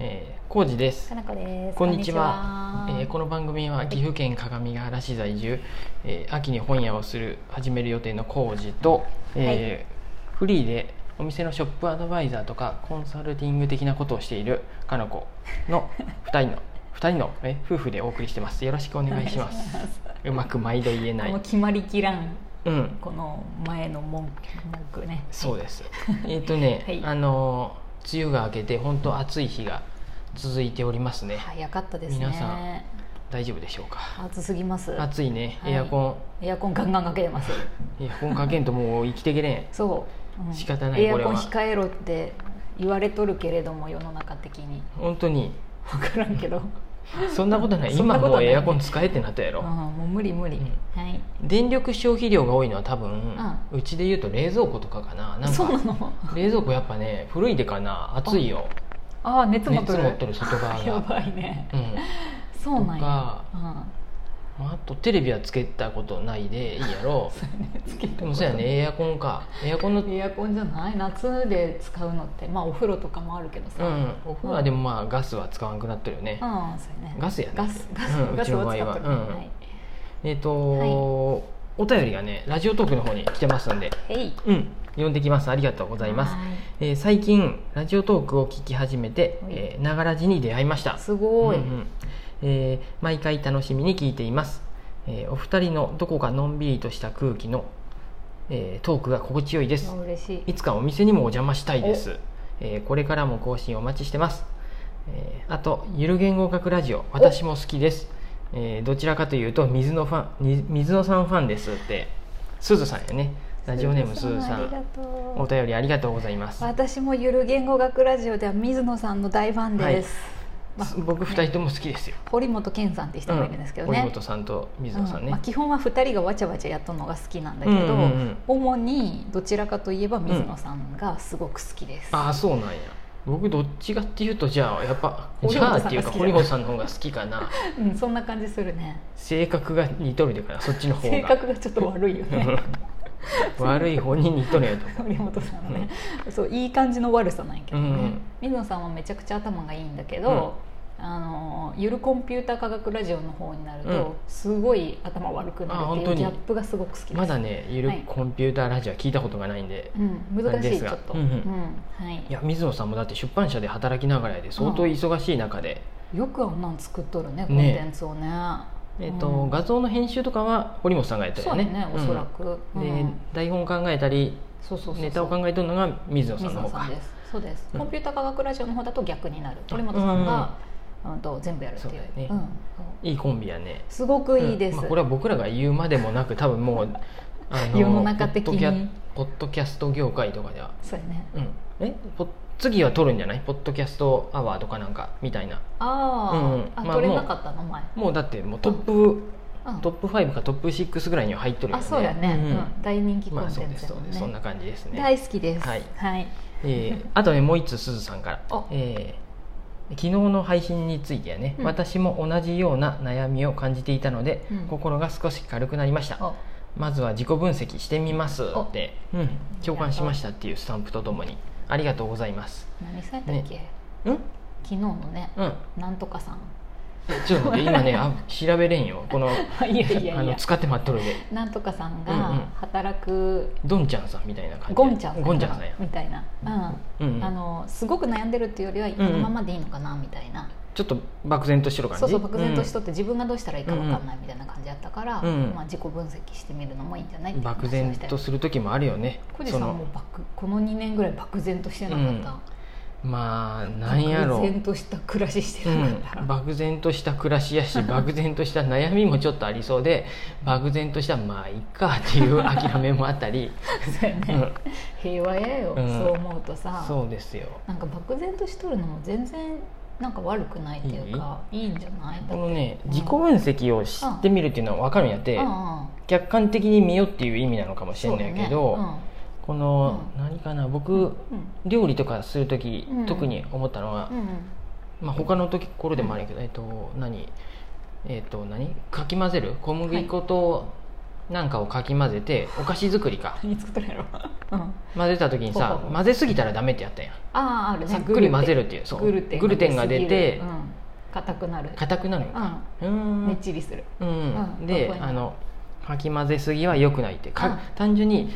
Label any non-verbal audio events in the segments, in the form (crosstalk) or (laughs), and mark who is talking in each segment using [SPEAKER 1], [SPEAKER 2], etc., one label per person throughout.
[SPEAKER 1] えー、康二です
[SPEAKER 2] か。なこです。
[SPEAKER 1] こんにちは
[SPEAKER 2] こんにちは
[SPEAKER 1] えー
[SPEAKER 2] (laughs)
[SPEAKER 1] この番組は岐阜県各務原市在住、えー秋に本屋をする始める予定の康二と、えーフリーでお店のショップアドバイザーとかコンサルティング的なことをしているかのこ
[SPEAKER 2] (laughs)
[SPEAKER 1] の2人の二人のえ夫婦でお送りしてます。よろしくお願いします。うまく毎度言えな
[SPEAKER 2] もう
[SPEAKER 1] い。
[SPEAKER 2] 決まりきらん
[SPEAKER 1] うん、
[SPEAKER 2] この前の文句文句ね。
[SPEAKER 1] そう
[SPEAKER 2] (laughs)
[SPEAKER 1] です。えっとね、
[SPEAKER 2] はい
[SPEAKER 1] あのー梅雨が明けて本当暑い日が続いておりますね。
[SPEAKER 2] 早かったですね。
[SPEAKER 1] 皆さん大丈夫でしょうか。
[SPEAKER 2] 暑すぎます。
[SPEAKER 1] 暑いね。
[SPEAKER 2] はい
[SPEAKER 1] エアコ
[SPEAKER 2] エアコンガンガンかけ
[SPEAKER 1] (laughs)
[SPEAKER 2] てます。
[SPEAKER 1] ン、エアコンかけんともう生きていけれん。
[SPEAKER 2] そう。うん
[SPEAKER 1] 仕方ない
[SPEAKER 2] エア
[SPEAKER 1] これ
[SPEAKER 2] コ
[SPEAKER 1] は
[SPEAKER 2] ン控えろって言われとるけれども世の中的に
[SPEAKER 1] 本当に
[SPEAKER 2] 分からんけど。
[SPEAKER 1] そんなことない。
[SPEAKER 2] (laughs) そんな
[SPEAKER 1] 今
[SPEAKER 2] こと
[SPEAKER 1] も
[SPEAKER 2] な
[SPEAKER 1] う
[SPEAKER 2] い
[SPEAKER 1] エアコン使えってなったや
[SPEAKER 2] うん
[SPEAKER 1] ろ。
[SPEAKER 2] もう無理無理。
[SPEAKER 1] う
[SPEAKER 2] はい。
[SPEAKER 1] 電力消費量が多いのは多分、うちで言うと冷蔵庫とかかな。なん
[SPEAKER 2] そうな
[SPEAKER 1] か
[SPEAKER 2] の。
[SPEAKER 1] 冷蔵庫やっぱね古いでかな暑いよ。
[SPEAKER 2] ああ熱持っとる。
[SPEAKER 1] 熱持っとる外側が
[SPEAKER 2] (laughs) やばいね
[SPEAKER 1] う。ん。
[SPEAKER 2] そうなん
[SPEAKER 1] と
[SPEAKER 2] や
[SPEAKER 1] か。
[SPEAKER 2] うん。
[SPEAKER 1] まあ、あとテレビはつけたことないでいいやろ
[SPEAKER 2] (laughs) そうやねつけた
[SPEAKER 1] で
[SPEAKER 2] こ
[SPEAKER 1] も
[SPEAKER 2] と
[SPEAKER 1] そうやねエアコンかエアコンの
[SPEAKER 2] エアコンじゃない夏で使うのってまあお風呂とかもあるけどさ、
[SPEAKER 1] うん、お風呂はでもまあガスは使わなくなってるよね
[SPEAKER 2] う、ん、そうやね
[SPEAKER 1] ガスやね
[SPEAKER 2] ガスガス、
[SPEAKER 1] うん
[SPEAKER 2] ガ
[SPEAKER 1] うち
[SPEAKER 2] ス
[SPEAKER 1] の
[SPEAKER 2] を
[SPEAKER 1] 場合
[SPEAKER 2] 使
[SPEAKER 1] は
[SPEAKER 2] っとるね、
[SPEAKER 1] うん
[SPEAKER 2] はい
[SPEAKER 1] えっ、とお便りがねラジオトークの方に来てますんで
[SPEAKER 2] えい
[SPEAKER 1] うん読んできますありがとうございます
[SPEAKER 2] は、
[SPEAKER 1] えー最近ラジオトークを聞き始めて
[SPEAKER 2] はい
[SPEAKER 1] えーながらじに出会いました
[SPEAKER 2] すごい、
[SPEAKER 1] うんうんえー毎回楽しみに聞いています、えーお二人のどこかのんびりとした空気の、えートークが心地よいです
[SPEAKER 2] 嬉しい
[SPEAKER 1] いつかお店にもお邪魔したいです、えーこれからも更新お待ちしてます、えーあとゆる言語学ラジオ私も好きです、えーどちらかというと水野ファンに水野さんファンですってすずさんやねラジオネームすずさ
[SPEAKER 2] ありが
[SPEAKER 1] ん
[SPEAKER 2] と
[SPEAKER 1] お
[SPEAKER 2] う
[SPEAKER 1] 便りありがとうございます
[SPEAKER 2] 私もゆる言語学ラジオでは水野さんの大ファンです、まあ
[SPEAKER 1] 僕二人とも好きですよ、
[SPEAKER 2] 堀本健さんって人がいるんですけど
[SPEAKER 1] うん
[SPEAKER 2] ね
[SPEAKER 1] 堀、本さんと水野さん
[SPEAKER 2] うん
[SPEAKER 1] ね
[SPEAKER 2] まあ、、基本は2人がわちゃわちゃやっとんのが好きなんだけど、
[SPEAKER 1] うんうんうん
[SPEAKER 2] 主にどちらかといえば水野さんがすごく好きです、
[SPEAKER 1] ああそうなんや僕どっちかっていうとじゃあやっぱ
[SPEAKER 2] 堀
[SPEAKER 1] じ
[SPEAKER 2] 本
[SPEAKER 1] ゃあ
[SPEAKER 2] さんが
[SPEAKER 1] っていうか
[SPEAKER 2] 好きだ
[SPEAKER 1] 堀本さんの方が好きかな
[SPEAKER 2] うん、そんな感じするね
[SPEAKER 1] 性格が似とるでかなそっちの方が
[SPEAKER 2] (laughs) 性格がちょっと悪いよ
[SPEAKER 1] (laughs)
[SPEAKER 2] ね
[SPEAKER 1] 悪い方に似とるんやと思う
[SPEAKER 2] 森本さんはね、そういい感じの悪さなんやけどね、
[SPEAKER 1] うん
[SPEAKER 2] 水野さんはめちゃくちゃ頭がいいんだけど、あのゆるコンピュータ科学ラジオの方になると、
[SPEAKER 1] うん
[SPEAKER 2] すごい頭悪く
[SPEAKER 1] あ
[SPEAKER 2] なる
[SPEAKER 1] 本
[SPEAKER 2] って
[SPEAKER 1] 当
[SPEAKER 2] いう
[SPEAKER 1] に
[SPEAKER 2] ギャップがすごく好きです
[SPEAKER 1] まだねゆるコンピューターラジオは聞いたことがないんで、
[SPEAKER 2] うん、難し
[SPEAKER 1] で
[SPEAKER 2] い
[SPEAKER 1] す
[SPEAKER 2] ちょ
[SPEAKER 1] が
[SPEAKER 2] っと、
[SPEAKER 1] う
[SPEAKER 2] うんん
[SPEAKER 1] うん
[SPEAKER 2] はい
[SPEAKER 1] い、や水野さんもだって出版社で働きながらやで相当忙しい中で、
[SPEAKER 2] よくあんなん作っとる
[SPEAKER 1] ね
[SPEAKER 2] ねコンテンツをね
[SPEAKER 1] えっと
[SPEAKER 2] うん
[SPEAKER 1] 画像の編集とかは堀本さんがやってる
[SPEAKER 2] そ
[SPEAKER 1] よ
[SPEAKER 2] う
[SPEAKER 1] ね
[SPEAKER 2] やねおそらく、
[SPEAKER 1] うんで、
[SPEAKER 2] うん
[SPEAKER 1] 台本考えたり
[SPEAKER 2] そうそうそうそう
[SPEAKER 1] ネタを考えとるのが水野さん
[SPEAKER 2] 水
[SPEAKER 1] の
[SPEAKER 2] 野
[SPEAKER 1] 方
[SPEAKER 2] さ
[SPEAKER 1] か
[SPEAKER 2] んですそうです、
[SPEAKER 1] うん
[SPEAKER 2] コンピュータ科学ラジオの方だと逆になる鳥本さんが、うん、と全部やるっていう
[SPEAKER 1] そうだよね
[SPEAKER 2] んそう
[SPEAKER 1] いいコンビやね
[SPEAKER 2] すごくいいです、
[SPEAKER 1] うんまあ、これは僕らが言うまでもなく多分もうあ
[SPEAKER 2] (laughs) 世の中的
[SPEAKER 1] ポッ
[SPEAKER 2] に
[SPEAKER 1] ドキャポッドキャスト業界とかでは、
[SPEAKER 2] そうやね
[SPEAKER 1] うん、えポッ次は撮るんじゃないポッドキャストアワーとかなんかみたいな
[SPEAKER 2] あ、
[SPEAKER 1] うんうん
[SPEAKER 2] あ、
[SPEAKER 1] まあ
[SPEAKER 2] 取れなかったの前、
[SPEAKER 1] もうだってもうトップ
[SPEAKER 2] うん
[SPEAKER 1] トップ5かトップ6ぐらいには入っとるよ
[SPEAKER 2] あ
[SPEAKER 1] ね
[SPEAKER 2] そうやね、
[SPEAKER 1] ん
[SPEAKER 2] うん大人気コ
[SPEAKER 1] まあ
[SPEAKER 2] ン
[SPEAKER 1] そ
[SPEAKER 2] テ
[SPEAKER 1] う
[SPEAKER 2] ン
[SPEAKER 1] です
[SPEAKER 2] ツ
[SPEAKER 1] そ
[SPEAKER 2] や
[SPEAKER 1] う
[SPEAKER 2] もん
[SPEAKER 1] で
[SPEAKER 2] ね、
[SPEAKER 1] す、そんな感じですね、
[SPEAKER 2] 大好きです
[SPEAKER 1] はい
[SPEAKER 2] はい、
[SPEAKER 1] えーあとねもう一つすずさんから
[SPEAKER 2] お、
[SPEAKER 1] えー昨日の配信についてやね、
[SPEAKER 2] うん
[SPEAKER 1] 私も同じような悩みを感じていたので、
[SPEAKER 2] うん
[SPEAKER 1] 心が少し軽くなりました
[SPEAKER 2] お
[SPEAKER 1] まずは自己分析してみますって、うん、共感しましたっていうスタンプとともにありがとうございます
[SPEAKER 2] 何されたっけ、
[SPEAKER 1] うん
[SPEAKER 2] 昨日のね
[SPEAKER 1] うん
[SPEAKER 2] なんとか
[SPEAKER 1] (laughs)
[SPEAKER 2] さん
[SPEAKER 1] ちょっと待って今ねあ調べれんよこの
[SPEAKER 2] いやいや (laughs)
[SPEAKER 1] あ
[SPEAKER 2] い
[SPEAKER 1] の
[SPEAKER 2] や
[SPEAKER 1] 使って待っとるで
[SPEAKER 2] なんとかさん
[SPEAKER 1] うんうん
[SPEAKER 2] が働く
[SPEAKER 1] どんちゃんさんみたいな感じ
[SPEAKER 2] ゴンちゃんさん
[SPEAKER 1] ゴンちゃんさんや、
[SPEAKER 2] みたいな、
[SPEAKER 1] うんう
[SPEAKER 2] うんん、あのすごく悩んでるっていうよりはこのままでいいのかなみたいな、
[SPEAKER 1] ちょっと漠然としてる感じ
[SPEAKER 2] そうそう漠然とし
[SPEAKER 1] る、
[SPEAKER 2] とって自分がどうしたらいいか分かんないみたいな感じやったから、
[SPEAKER 1] うん
[SPEAKER 2] まあ、自己分析してみるのもいいんじゃないっ
[SPEAKER 1] うん
[SPEAKER 2] て
[SPEAKER 1] 漠
[SPEAKER 2] 話を
[SPEAKER 1] 然
[SPEAKER 2] したよ
[SPEAKER 1] とする時もあるよね
[SPEAKER 2] 小路さ
[SPEAKER 1] そ
[SPEAKER 2] んも
[SPEAKER 1] の
[SPEAKER 2] 漠この2年ぐらい漠然としてなかった、
[SPEAKER 1] まあなんやろ
[SPEAKER 2] 漠然とした暮らしして
[SPEAKER 1] う
[SPEAKER 2] なか
[SPEAKER 1] ん
[SPEAKER 2] った、、
[SPEAKER 1] 漠然とした暮らしや
[SPEAKER 2] (laughs)
[SPEAKER 1] し漠然とした悩みもちょっとありそうで漠然としたまあいっかっていう諦めもあったり
[SPEAKER 2] そうやね、平和やよ、
[SPEAKER 1] うん
[SPEAKER 2] そう思うとさ
[SPEAKER 1] そうですよ
[SPEAKER 2] なんか漠然としとるのも全然なんか悪くないっていうかいいんじゃないだって
[SPEAKER 1] このね
[SPEAKER 2] うん
[SPEAKER 1] 自己分析を知ってみるっていうのは分かるんやって、
[SPEAKER 2] うんうん
[SPEAKER 1] 客観的に見よっていう意味なのかもしれないけど、
[SPEAKER 2] そうだね
[SPEAKER 1] この、何かな僕、
[SPEAKER 2] うんうん
[SPEAKER 1] 料理とかする時、
[SPEAKER 2] うん
[SPEAKER 1] 特に思ったのは、
[SPEAKER 2] うんうん
[SPEAKER 1] まあ、他のところでもあるけど、えっと何えっと何かき混ぜる小麦粉となんかをかき混ぜてお菓子作りか
[SPEAKER 2] 何作っとるやろ、うん、あ
[SPEAKER 1] 混ぜた時に
[SPEAKER 2] ほう
[SPEAKER 1] さ
[SPEAKER 2] ほうほう
[SPEAKER 1] 混ぜすぎたらダメってやったやん
[SPEAKER 2] あーあるね
[SPEAKER 1] さっくり混ぜるっていうそう
[SPEAKER 2] グルテン
[SPEAKER 1] グルテンが出て
[SPEAKER 2] うん硬くなる
[SPEAKER 1] 硬くなるんかうー
[SPEAKER 2] うん
[SPEAKER 1] ん
[SPEAKER 2] ねっちりする
[SPEAKER 1] うん
[SPEAKER 2] うん
[SPEAKER 1] で
[SPEAKER 2] わかる
[SPEAKER 1] あのかき混ぜすぎは良くないってか
[SPEAKER 2] うん
[SPEAKER 1] 単純に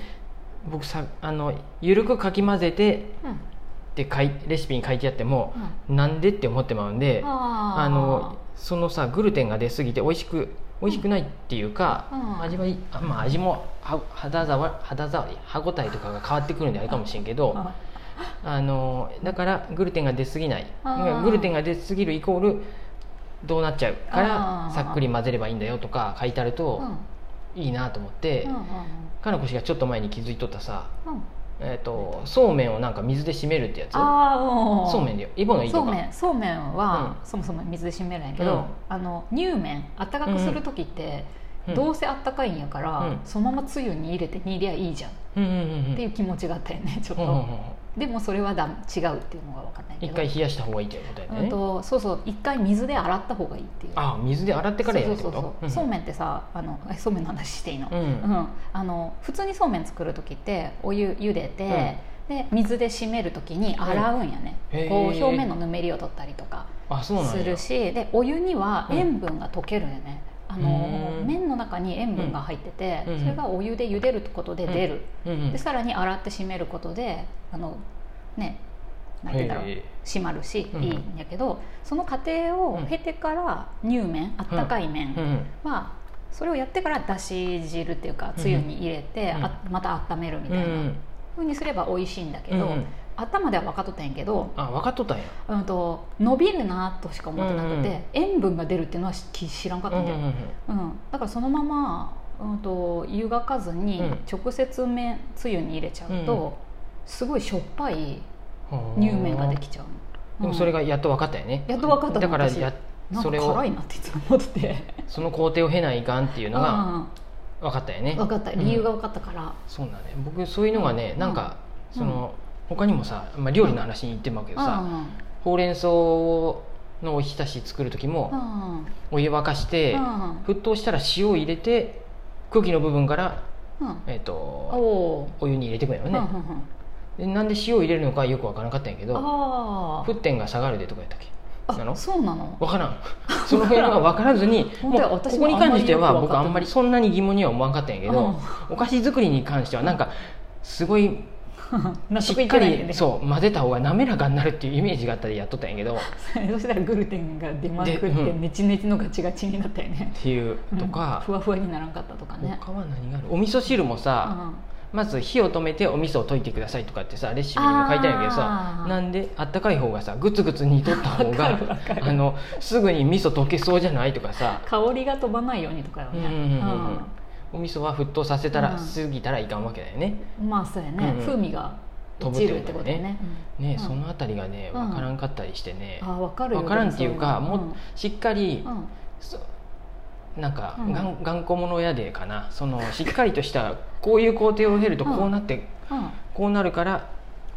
[SPEAKER 1] 僕さあの緩くかき混ぜて
[SPEAKER 2] うん
[SPEAKER 1] って書いレシピに書いてあっても
[SPEAKER 2] うん
[SPEAKER 1] なんでって思ってまうんで
[SPEAKER 2] あー
[SPEAKER 1] あのそのさグルテンが出すぎて美味しく美味しくないっていうか、
[SPEAKER 2] うん
[SPEAKER 1] 味はいいあまあ、味もは肌触り肌触り歯ごたえとかが変わってくるんであれかもしれんけど
[SPEAKER 2] あ
[SPEAKER 1] あのだからグルテンが出すぎない
[SPEAKER 2] あー
[SPEAKER 1] グルテンが出すぎるイコールどうなっちゃうから
[SPEAKER 2] あー
[SPEAKER 1] さっくり混ぜればいいんだよとか書いてある
[SPEAKER 2] うんうん
[SPEAKER 1] といいなと思って、
[SPEAKER 2] うん
[SPEAKER 1] かなこ氏がちょっと前に気づいとったさ、
[SPEAKER 2] うんうん
[SPEAKER 1] えー、とそうめんをなんか水で締めるってやつ
[SPEAKER 2] あーうん
[SPEAKER 1] そうめんだよイボのいい
[SPEAKER 2] そ
[SPEAKER 1] と
[SPEAKER 2] うめ
[SPEAKER 1] か
[SPEAKER 2] んそうめんは、
[SPEAKER 1] う
[SPEAKER 2] そもそも水で締めるんやけ
[SPEAKER 1] う
[SPEAKER 2] ど
[SPEAKER 1] ん、
[SPEAKER 2] あの乳麺あったかくする時って、どうせあったかいんやから、
[SPEAKER 1] うん
[SPEAKER 2] そのままつゆに入れて煮りゃいいじゃんっ
[SPEAKER 1] うんうんうんうん
[SPEAKER 2] ていう気持ちがあったよねちょっ
[SPEAKER 1] うん
[SPEAKER 2] と、
[SPEAKER 1] うんうんうん
[SPEAKER 2] でもそれはだ違うっていうのが分かんないけ
[SPEAKER 1] 一
[SPEAKER 2] ど
[SPEAKER 1] 回冷やした方がいいということだよ
[SPEAKER 2] うん
[SPEAKER 1] ね、
[SPEAKER 2] とそうそう一回水で洗った方がいいっていう
[SPEAKER 1] あ水で洗ってからやるってこ
[SPEAKER 2] そうそうそう
[SPEAKER 1] と
[SPEAKER 2] そうそうめんってさあのえそうめんの話していいの、
[SPEAKER 1] うん
[SPEAKER 2] うんあの普通にそうめん作る時ってお湯茹でて、で水で締める時に洗うんやね、
[SPEAKER 1] うんへー
[SPEAKER 2] こう表面のぬめりを取ったりとか
[SPEAKER 1] あそうなん
[SPEAKER 2] す
[SPEAKER 1] や
[SPEAKER 2] るしでお湯には塩分が溶けるよね、あの
[SPEAKER 1] うん
[SPEAKER 2] 麺の中に塩分が入ってて、
[SPEAKER 1] うん
[SPEAKER 2] それがお湯で茹でることで出る、
[SPEAKER 1] うんうん
[SPEAKER 2] でさらに洗って締めることであのねなんて言うんだろう
[SPEAKER 1] へえ
[SPEAKER 2] 締まるし、
[SPEAKER 1] うん
[SPEAKER 2] いいんやけどその過程を経てから乳麺あったかい麺
[SPEAKER 1] うんうん
[SPEAKER 2] は、それをやってからだし汁っていうかつゆに入れて、
[SPEAKER 1] うん
[SPEAKER 2] あまた温めるみ
[SPEAKER 1] う
[SPEAKER 2] たい
[SPEAKER 1] ん
[SPEAKER 2] な
[SPEAKER 1] うん
[SPEAKER 2] 風にすれば美味しいんだけど、
[SPEAKER 1] うんうん
[SPEAKER 2] 頭では分かっとったんやけど、
[SPEAKER 1] あ分かっとったんや
[SPEAKER 2] うん、と伸びるなとしか思ってなくて、
[SPEAKER 1] うんうん
[SPEAKER 2] 塩分が出るっていうのは知知らんかったんだよ、
[SPEAKER 1] うんうんうん
[SPEAKER 2] うん、だからそのまま、うん、と湯がかずに
[SPEAKER 1] うん
[SPEAKER 2] 直接麺つゆに入れちゃうと、
[SPEAKER 1] うんうん
[SPEAKER 2] すごいしょっぱい
[SPEAKER 1] ほう
[SPEAKER 2] 乳麺ができちゃう
[SPEAKER 1] で
[SPEAKER 2] の、
[SPEAKER 1] もそれがやっと分かったよね
[SPEAKER 2] やっと分かったの
[SPEAKER 1] だから
[SPEAKER 2] 私
[SPEAKER 1] や
[SPEAKER 2] なん
[SPEAKER 1] そ
[SPEAKER 2] か
[SPEAKER 1] れ
[SPEAKER 2] 辛
[SPEAKER 1] を
[SPEAKER 2] いなっていつも思ってて
[SPEAKER 1] その工程を経ないがんっていうのが分かったよね
[SPEAKER 2] 分かった理由が
[SPEAKER 1] うん
[SPEAKER 2] 分かったから、
[SPEAKER 1] そうなんだね僕そういうのがね
[SPEAKER 2] うん
[SPEAKER 1] なんか
[SPEAKER 2] うん
[SPEAKER 1] その他にもさまあ料理の話に行ってまうけど
[SPEAKER 2] あ
[SPEAKER 1] さほうれん草のおひたし作る時
[SPEAKER 2] あ
[SPEAKER 1] も
[SPEAKER 2] あ
[SPEAKER 1] お湯沸かして
[SPEAKER 2] あ
[SPEAKER 1] 沸騰したら塩を入れて茎の部分から、えっ
[SPEAKER 2] お
[SPEAKER 1] と
[SPEAKER 2] お
[SPEAKER 1] お湯に入れてくんやろ
[SPEAKER 2] ー、
[SPEAKER 1] ね
[SPEAKER 2] うんうんうん
[SPEAKER 1] でなんで塩を入れるのかよくわからなかったんやけど
[SPEAKER 2] あ
[SPEAKER 1] 沸点が下がるでとかやったっけ
[SPEAKER 2] あ
[SPEAKER 1] なの
[SPEAKER 2] そうなの
[SPEAKER 1] わからんその辺が分からずに
[SPEAKER 2] (laughs) 本
[SPEAKER 1] も
[SPEAKER 2] 当
[SPEAKER 1] う
[SPEAKER 2] や
[SPEAKER 1] こ
[SPEAKER 2] 私
[SPEAKER 1] こ
[SPEAKER 2] も
[SPEAKER 1] に関しては僕あ
[SPEAKER 2] あ
[SPEAKER 1] ん
[SPEAKER 2] ん
[SPEAKER 1] ま
[SPEAKER 2] ま
[SPEAKER 1] り
[SPEAKER 2] り
[SPEAKER 1] そんなに疑問には思わんかったんやけ
[SPEAKER 2] う
[SPEAKER 1] ど
[SPEAKER 2] ん
[SPEAKER 1] お菓子作りに関してはなんかすごい
[SPEAKER 2] 納
[SPEAKER 1] し
[SPEAKER 2] 得
[SPEAKER 1] っ
[SPEAKER 2] い
[SPEAKER 1] か
[SPEAKER 2] かないよ
[SPEAKER 1] り
[SPEAKER 2] ね
[SPEAKER 1] そう混ぜた方が滑らかになるっていうイメージがあったりやっとったんやけどっ
[SPEAKER 2] (laughs) そしたらグルテンが出まくっ
[SPEAKER 1] で
[SPEAKER 2] て
[SPEAKER 1] うん
[SPEAKER 2] ネチネチのガチガチになったよね
[SPEAKER 1] ていうと
[SPEAKER 2] うん
[SPEAKER 1] か
[SPEAKER 2] ふわふわにならんかったとかね
[SPEAKER 1] 他は何があるお味噌汁もさまず火を止めてお味噌を溶いてくださいとかってさレシピにも書いてあるけどさ
[SPEAKER 2] あー
[SPEAKER 1] なんであったかい方がさグツグツ煮とった方
[SPEAKER 2] (laughs) わかるわ
[SPEAKER 1] が
[SPEAKER 2] かる
[SPEAKER 1] あのすぐに味噌溶けそうじゃないとかさ
[SPEAKER 2] うん香りが飛ばないようにとかよ
[SPEAKER 1] うんう
[SPEAKER 2] ね
[SPEAKER 1] んうんうんお味噌は沸騰させたら
[SPEAKER 2] うん
[SPEAKER 1] 過ぎたらいかんわけだよね
[SPEAKER 2] うんまあそうやね
[SPEAKER 1] うんうん
[SPEAKER 2] 風味が落ちるってことやね
[SPEAKER 1] ね
[SPEAKER 2] うん
[SPEAKER 1] そのあたりがね
[SPEAKER 2] うん
[SPEAKER 1] 分からんかったりしてね
[SPEAKER 2] あ分かるよ
[SPEAKER 1] 分からんっていうか
[SPEAKER 2] で
[SPEAKER 1] も
[SPEAKER 2] そう
[SPEAKER 1] しっかり
[SPEAKER 2] うのうん
[SPEAKER 1] そなんか
[SPEAKER 2] うん
[SPEAKER 1] 頑頑固者やでかなそのしっかりとしたこういう工程を経ると
[SPEAKER 2] うん
[SPEAKER 1] こうなって
[SPEAKER 2] うん
[SPEAKER 1] こうなるから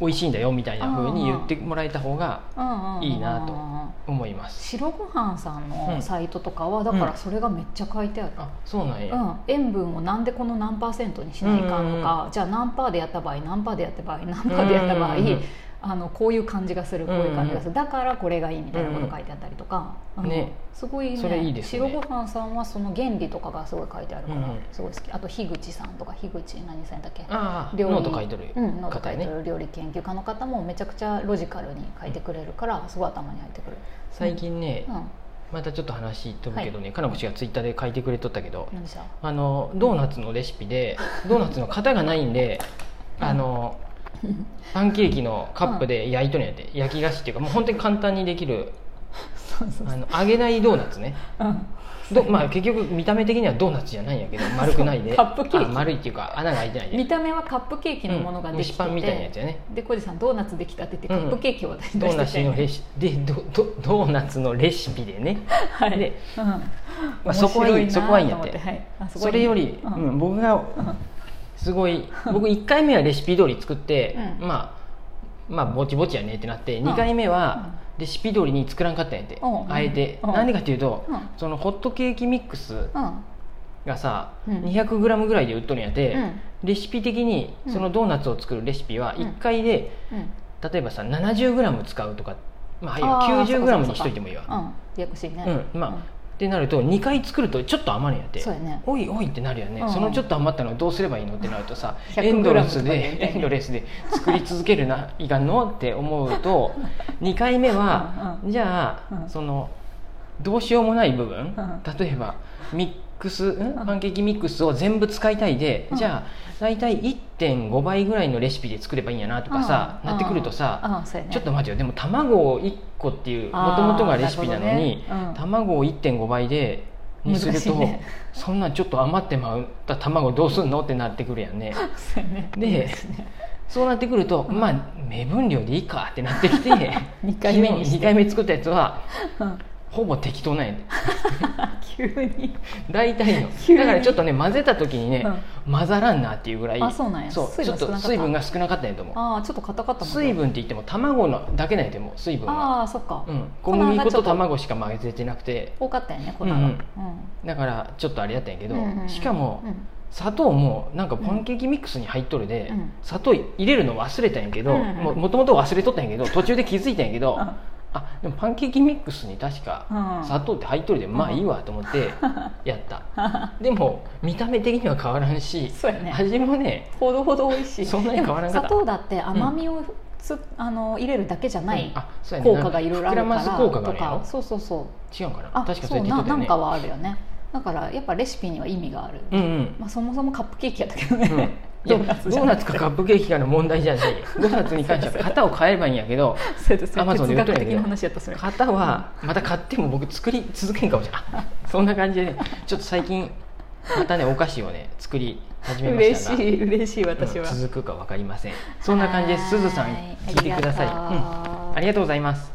[SPEAKER 1] 美味しいんだよみたいな風に言ってもらえた方が
[SPEAKER 2] うんうん
[SPEAKER 1] いいなと
[SPEAKER 2] うんうんうん
[SPEAKER 1] 思います
[SPEAKER 2] 白ご飯さん
[SPEAKER 1] うん
[SPEAKER 2] のサイトとかはだか
[SPEAKER 1] うん
[SPEAKER 2] らそれがめっちゃ書いてある
[SPEAKER 1] あそうなん
[SPEAKER 2] う
[SPEAKER 1] や
[SPEAKER 2] ん、塩分をなんでこの何パーセントにしないかんと
[SPEAKER 1] うん
[SPEAKER 2] か、じゃあ何パーでやった場合何パーでやった場合何パーでやった場
[SPEAKER 1] う
[SPEAKER 2] 合、
[SPEAKER 1] んうんうん
[SPEAKER 2] あのこういう感じがするこういう感じがする、だからこれがいいみたいなこと書いてあったりとか、
[SPEAKER 1] うん
[SPEAKER 2] うん
[SPEAKER 1] ね
[SPEAKER 2] すごいね
[SPEAKER 1] それいいですね
[SPEAKER 2] 白ご飯さんはその原理とかがすごい書いてあるから、
[SPEAKER 1] うんうん
[SPEAKER 2] すごい好きあと樋口さんとか樋口何さんだっけ
[SPEAKER 1] ああ
[SPEAKER 2] 料理
[SPEAKER 1] ノート書いてる
[SPEAKER 2] うん、ノート書
[SPEAKER 1] 方
[SPEAKER 2] い
[SPEAKER 1] や
[SPEAKER 2] て
[SPEAKER 1] ね
[SPEAKER 2] る料理研究家の方もめちゃくちゃロジカルに書いてくれるからすごい頭に入ってくる、
[SPEAKER 1] 最近ね
[SPEAKER 2] うん、
[SPEAKER 1] またちょっと話飛ぶけどねかなこちがツイッターで書いてくれとったけど
[SPEAKER 2] 何さ
[SPEAKER 1] あのドーナツのレシピでドーナツの型がないんであのパンケーキのカップで焼いとるんやって焼き菓子っていうかもう本当に簡単にできる
[SPEAKER 2] そうそう
[SPEAKER 1] あの揚げないドーナツね
[SPEAKER 2] うん
[SPEAKER 1] ど、まあ、結局見た目的にはドーナツじゃないんやけど丸くないで
[SPEAKER 2] (laughs) そうカップケーキ
[SPEAKER 1] あ丸いっていうか穴が開いてないで
[SPEAKER 2] 見た目はカップケーキのものが
[SPEAKER 1] うん
[SPEAKER 2] で
[SPEAKER 1] 蒸
[SPEAKER 2] き
[SPEAKER 1] して
[SPEAKER 2] て、
[SPEAKER 1] パンみたいなやつやね
[SPEAKER 2] で小路さんドーナツできたって言ってカ
[SPEAKER 1] うん
[SPEAKER 2] ップケーキを私
[SPEAKER 1] ドーナ
[SPEAKER 2] 出し
[SPEAKER 1] ツ
[SPEAKER 2] て
[SPEAKER 1] のレシでドドドーナツのレシピでね、
[SPEAKER 2] (laughs) はい
[SPEAKER 1] で、
[SPEAKER 2] うん
[SPEAKER 1] まあ、そこはいい
[SPEAKER 2] 面白な
[SPEAKER 1] そこはいいんやっ
[SPEAKER 2] と思
[SPEAKER 1] て、
[SPEAKER 2] はいあそこ
[SPEAKER 1] そ
[SPEAKER 2] はいい
[SPEAKER 1] れより、
[SPEAKER 2] うん
[SPEAKER 1] うん僕がすごい僕1回目はレシピ通り作って、
[SPEAKER 2] うん
[SPEAKER 1] まあまあぼちぼちやねってなって、
[SPEAKER 2] ん
[SPEAKER 1] 二2回目はレシピ通りに作らんかったんやって、
[SPEAKER 2] うん
[SPEAKER 1] あえて、
[SPEAKER 2] うん
[SPEAKER 1] なんでかっていうと、
[SPEAKER 2] うん
[SPEAKER 1] そのホットケーキミックス
[SPEAKER 2] うん
[SPEAKER 1] がさ、
[SPEAKER 2] うん
[SPEAKER 1] 200g ぐらいで売っとるんやて、
[SPEAKER 2] うん
[SPEAKER 1] レシピ的に
[SPEAKER 2] うん
[SPEAKER 1] そのドーナツを作るレシピは
[SPEAKER 2] うん
[SPEAKER 1] 1回で、
[SPEAKER 2] うん
[SPEAKER 1] 例えばさ 70g 使うとか、まあ、いい
[SPEAKER 2] あー
[SPEAKER 1] わ
[SPEAKER 2] そうかそう
[SPEAKER 1] 90g
[SPEAKER 2] か
[SPEAKER 1] にしといてもいいわ、
[SPEAKER 2] うんややこしいね
[SPEAKER 1] うんまあってなると2回作るとちょっと余るんやっ
[SPEAKER 2] うん
[SPEAKER 1] て
[SPEAKER 2] そうやね
[SPEAKER 1] おいおいってなるよね、
[SPEAKER 2] うん
[SPEAKER 1] そのちょっと余ったのどうすればいいのってなるとさ
[SPEAKER 2] 100
[SPEAKER 1] エンドレス
[SPEAKER 2] グラムとかでみたい
[SPEAKER 1] で
[SPEAKER 2] な
[SPEAKER 1] エンドレ
[SPEAKER 2] (laughs)
[SPEAKER 1] スで作り続けるないかんのって思うと2回目は、
[SPEAKER 2] う
[SPEAKER 1] じゃあ、
[SPEAKER 2] うん
[SPEAKER 1] そのどうしようもない部分、
[SPEAKER 2] ん
[SPEAKER 1] 例えばミックス、ん
[SPEAKER 2] うん
[SPEAKER 1] パンケーキミックスを全部使いたいで、
[SPEAKER 2] うん
[SPEAKER 1] じゃあ大体1.5倍ぐらいのレシピで作ればいいんやなとかさ、
[SPEAKER 2] うん
[SPEAKER 1] なってくるとさ、
[SPEAKER 2] ああそうやね
[SPEAKER 1] ちょっと待てよでも卵を1個っていうもともとがレシピなのに
[SPEAKER 2] あーなるほどねうん
[SPEAKER 1] 卵を1.5倍でにする
[SPEAKER 2] 難しい
[SPEAKER 1] と、
[SPEAKER 2] ね
[SPEAKER 1] そんなんちょっと余ってまう卵どうすんのってなってくるやん
[SPEAKER 2] (laughs)
[SPEAKER 1] ね
[SPEAKER 2] そうやね
[SPEAKER 1] で
[SPEAKER 2] いいすね
[SPEAKER 1] そうなってくるとまあ目分量でいいかってなってきて
[SPEAKER 2] 二回目にして
[SPEAKER 1] 2回目作ったやつは
[SPEAKER 2] うん (laughs)
[SPEAKER 1] ほぼ適当なんやで
[SPEAKER 2] 急に
[SPEAKER 1] 大体の
[SPEAKER 2] (laughs) 急に
[SPEAKER 1] だからちょっとね混ぜた時にね、混ざらんなっていうぐらい
[SPEAKER 2] あそうなんや水
[SPEAKER 1] ちょっと
[SPEAKER 2] 分少なかった
[SPEAKER 1] 水分が少なかったんやと思う
[SPEAKER 2] ああちょっと硬かったもんね
[SPEAKER 1] 水分って言っても卵のだけなんやでもう水分は、
[SPEAKER 2] ああそっか
[SPEAKER 1] うん、小
[SPEAKER 2] 粉が
[SPEAKER 1] 麦
[SPEAKER 2] ちょっ
[SPEAKER 1] 粉
[SPEAKER 2] と
[SPEAKER 1] と卵しか混ぜてなくて
[SPEAKER 2] 多かったよね粉が
[SPEAKER 1] うんうん
[SPEAKER 2] うん
[SPEAKER 1] だからちょっとあれやったんやけど、
[SPEAKER 2] うんうんうん
[SPEAKER 1] しかも
[SPEAKER 2] うん
[SPEAKER 1] 砂糖もなんかパンケーキミックスに入っとるで、
[SPEAKER 2] うん
[SPEAKER 1] 砂糖入れるの忘れたんやけど、
[SPEAKER 2] うんうん
[SPEAKER 1] ももともと忘れとったんやけど途中で気づいたんやけど、
[SPEAKER 2] うん
[SPEAKER 1] あでもパンケーキミックスに確か砂
[SPEAKER 2] 砂
[SPEAKER 1] 糖って入っとるで、まあいいわと思
[SPEAKER 2] (laughs)
[SPEAKER 1] ってやった、でも見た目的には変わらんし、
[SPEAKER 2] そうやね
[SPEAKER 1] 味もね
[SPEAKER 2] ほどほど美味しい
[SPEAKER 1] そんなに変わらなかった
[SPEAKER 2] でも砂糖だって甘みをつ、あの入れるだけじゃない
[SPEAKER 1] うんあそうやね
[SPEAKER 2] 効果がいろいろあるか
[SPEAKER 1] 膨らま
[SPEAKER 2] ら
[SPEAKER 1] す効果があ
[SPEAKER 2] と
[SPEAKER 1] るや
[SPEAKER 2] か
[SPEAKER 1] ろ
[SPEAKER 2] そうそうそう
[SPEAKER 1] 違うかな
[SPEAKER 2] あ
[SPEAKER 1] 確かそう
[SPEAKER 2] そ
[SPEAKER 1] やっ
[SPEAKER 2] う
[SPEAKER 1] て言
[SPEAKER 2] な
[SPEAKER 1] ってたよ
[SPEAKER 2] な
[SPEAKER 1] ね
[SPEAKER 2] んかはあるよねだからやっぱレシピには意味がある、
[SPEAKER 1] うんうん
[SPEAKER 2] まあ、そもそもカップケーキやったけど (laughs)
[SPEAKER 1] うん
[SPEAKER 2] ね、
[SPEAKER 1] いや
[SPEAKER 2] ドーナツじ
[SPEAKER 1] ドー
[SPEAKER 2] ゃな
[SPEAKER 1] ナ
[SPEAKER 2] く
[SPEAKER 1] ツか
[SPEAKER 2] て
[SPEAKER 1] カップケーキかの問題じゃないドーナツに関しては型を変えればいいんやけど
[SPEAKER 2] (laughs) そうです
[SPEAKER 1] Amazon で売
[SPEAKER 2] 哲
[SPEAKER 1] っとるん
[SPEAKER 2] 学
[SPEAKER 1] やけど
[SPEAKER 2] 的な話やったそれ
[SPEAKER 1] 型はまた買っても僕作り続けんかもしれないあそんな感じでねちょっと最近またねお菓子をね作り始めま
[SPEAKER 2] 嬉
[SPEAKER 1] した
[SPEAKER 2] し
[SPEAKER 1] が
[SPEAKER 2] い嬉しい
[SPEAKER 1] うん
[SPEAKER 2] 私は、
[SPEAKER 1] 続くか分かりませんそんな感じですすずさん聞いてください
[SPEAKER 2] は
[SPEAKER 1] うんありがとうございます